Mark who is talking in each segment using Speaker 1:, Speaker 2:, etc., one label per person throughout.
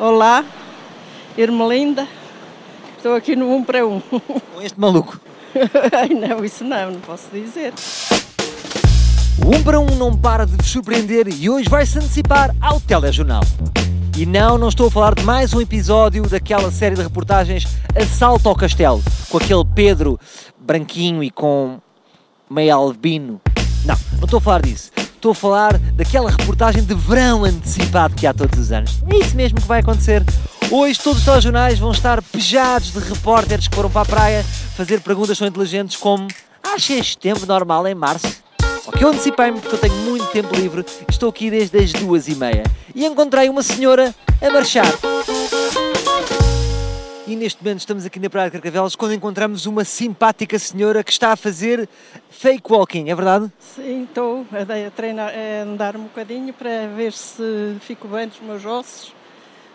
Speaker 1: Olá, Irmelinda. Estou aqui no 1 para 1.
Speaker 2: Com este maluco.
Speaker 1: Ai, não, isso não, não posso dizer.
Speaker 2: O 1 para 1 não para de vos surpreender e hoje vai-se antecipar ao telejornal. E não, não estou a falar de mais um episódio daquela série de reportagens Assalto ao Castelo, com aquele Pedro branquinho e com meio albino. Não, não estou a falar disso. Estou a falar daquela reportagem de verão antecipado que há todos os anos. É isso mesmo que vai acontecer. Hoje todos os telejornais vão estar pejados de repórteres que foram para a praia fazer perguntas tão inteligentes como Acha este tempo normal em março? Só que eu antecipei-me porque eu tenho muito tempo livre, estou aqui desde as duas e meia e encontrei uma senhora a marchar. E neste momento estamos aqui na Praia de Carcavelos quando encontramos uma simpática senhora que está a fazer fake walking, é verdade?
Speaker 1: Sim, estou a de- a treinar, a andar um bocadinho para ver se fico bem dos meus ossos.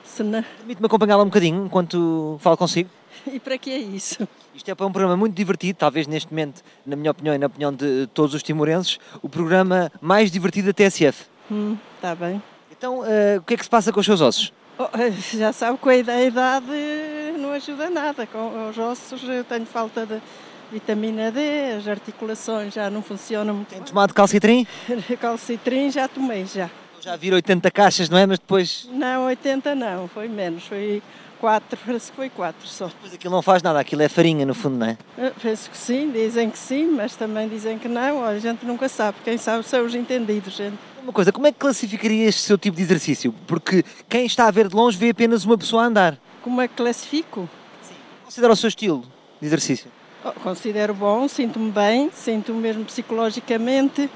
Speaker 1: Se não...
Speaker 2: Permite-me acompanhá-la um bocadinho enquanto falo consigo.
Speaker 1: E para que é isso?
Speaker 2: Isto é para um programa muito divertido, talvez neste momento, na minha opinião e na opinião de todos os timorenses, o programa mais divertido da TSF.
Speaker 1: Hum, está bem.
Speaker 2: Então, eh, o que é que se passa com os seus ossos?
Speaker 1: Oh, eh, já sabe que a ida- a idade não ajuda nada. Com os ossos eu tenho falta de vitamina D, as articulações já não funcionam muito
Speaker 2: Tem
Speaker 1: bem.
Speaker 2: tomado calcitrim?
Speaker 1: Calcitrim já tomei já.
Speaker 2: Já vira 80 caixas, não é? Mas depois,
Speaker 1: Não, 80 não, foi menos, foi 4, parece que foi 4 só.
Speaker 2: depois aquilo não faz nada, aquilo é farinha no fundo, não é?
Speaker 1: Eu penso que sim, dizem que sim, mas também dizem que não. Olha, A gente nunca sabe, quem sabe são os entendidos, gente.
Speaker 2: Uma coisa, como é que classificaria este seu tipo de exercício? Porque quem está a ver de longe vê apenas uma pessoa a andar.
Speaker 1: Como é que classifico?
Speaker 2: Considera o seu estilo de exercício?
Speaker 1: Oh, considero bom, sinto-me bem, sinto-me mesmo psicologicamente,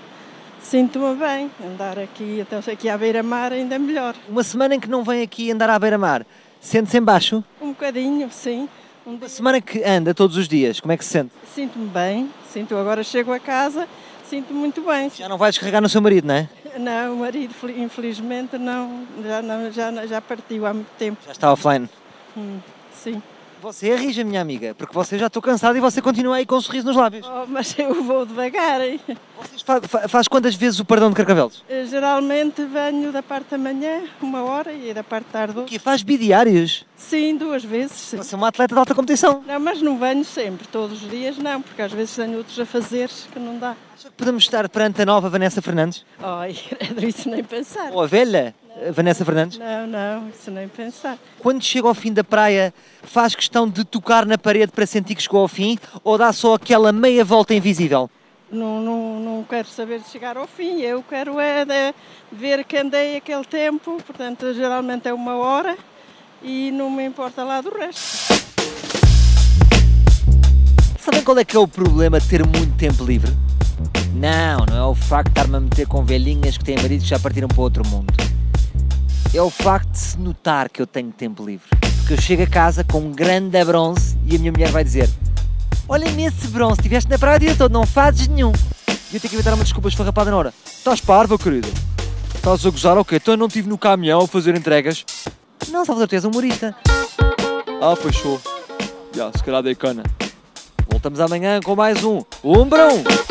Speaker 1: sinto-me bem. Andar aqui, então aqui à beira-mar ainda é melhor.
Speaker 2: Uma semana em que não vem aqui andar à beira-mar, sente-se em baixo?
Speaker 1: Um bocadinho, sim. Um
Speaker 2: Uma
Speaker 1: dia
Speaker 2: semana que anda todos os dias, como é que se sente?
Speaker 1: sinto-me bem, sinto agora chego a casa, sinto-me muito bem.
Speaker 2: Já não vai descarregar no seu marido, não é?
Speaker 1: Não, o marido fel- infelizmente não, já, não, já, não- já partiu há muito tempo.
Speaker 2: Já está offline.
Speaker 1: Hum, sim.
Speaker 2: Você rija, minha amiga, porque você já estou cansado e você continua aí com um sorriso nos lábios.
Speaker 1: Oh, mas eu vou devagar, hein?
Speaker 2: Vocês fa- fa- faz quantas vezes o perdão de carcavelos?
Speaker 1: Eu geralmente venho da parte da manhã, uma hora, e da parte da tarde. outra.
Speaker 2: Que faz bidiários?
Speaker 1: Sim, duas vezes. Sim.
Speaker 2: Você é uma atleta de alta competição.
Speaker 1: Não, mas não venho sempre, todos os dias não, porque às vezes tenho outros a fazer que não dá.
Speaker 2: Acha que podemos estar perante a nova Vanessa Fernandes?
Speaker 1: Ai, credo, isso nem pensar.
Speaker 2: Ou a velha eh, Vanessa Fernandes?
Speaker 1: Não, não, isso nem pensar.
Speaker 2: Quando chega ao fim da praia, faz questão de tocar na parede para sentir que chegou ao fim ou dá só aquela meia volta invisível?
Speaker 1: Não, não, não quero saber de chegar ao fim, eu quero é de ver que andei aquele tempo, portanto, geralmente é uma hora e não me importa lá do resto.
Speaker 2: Sabem qual é que é o problema de ter muito tempo livre? Não, não é o facto de estar-me a meter com velhinhas que têm maridos que já partiram para outro mundo. É o facto de se notar que eu tenho tempo livre. Porque eu chego a casa com um grande bronze e a minha mulher vai dizer Olha-me esse bronze, estiveste na praia o dia todo, não fazes nenhum. E eu tenho que inventar uma desculpa esfarrapada na hora. Estás parva, querido? Estás a gozar ou quê? Então eu não estive no caminhão a fazer entregas? Não, Salvador, tu és humorista. Ah, pois sou. Já, se calhar dei cana. Voltamos amanhã com mais um. Um para um.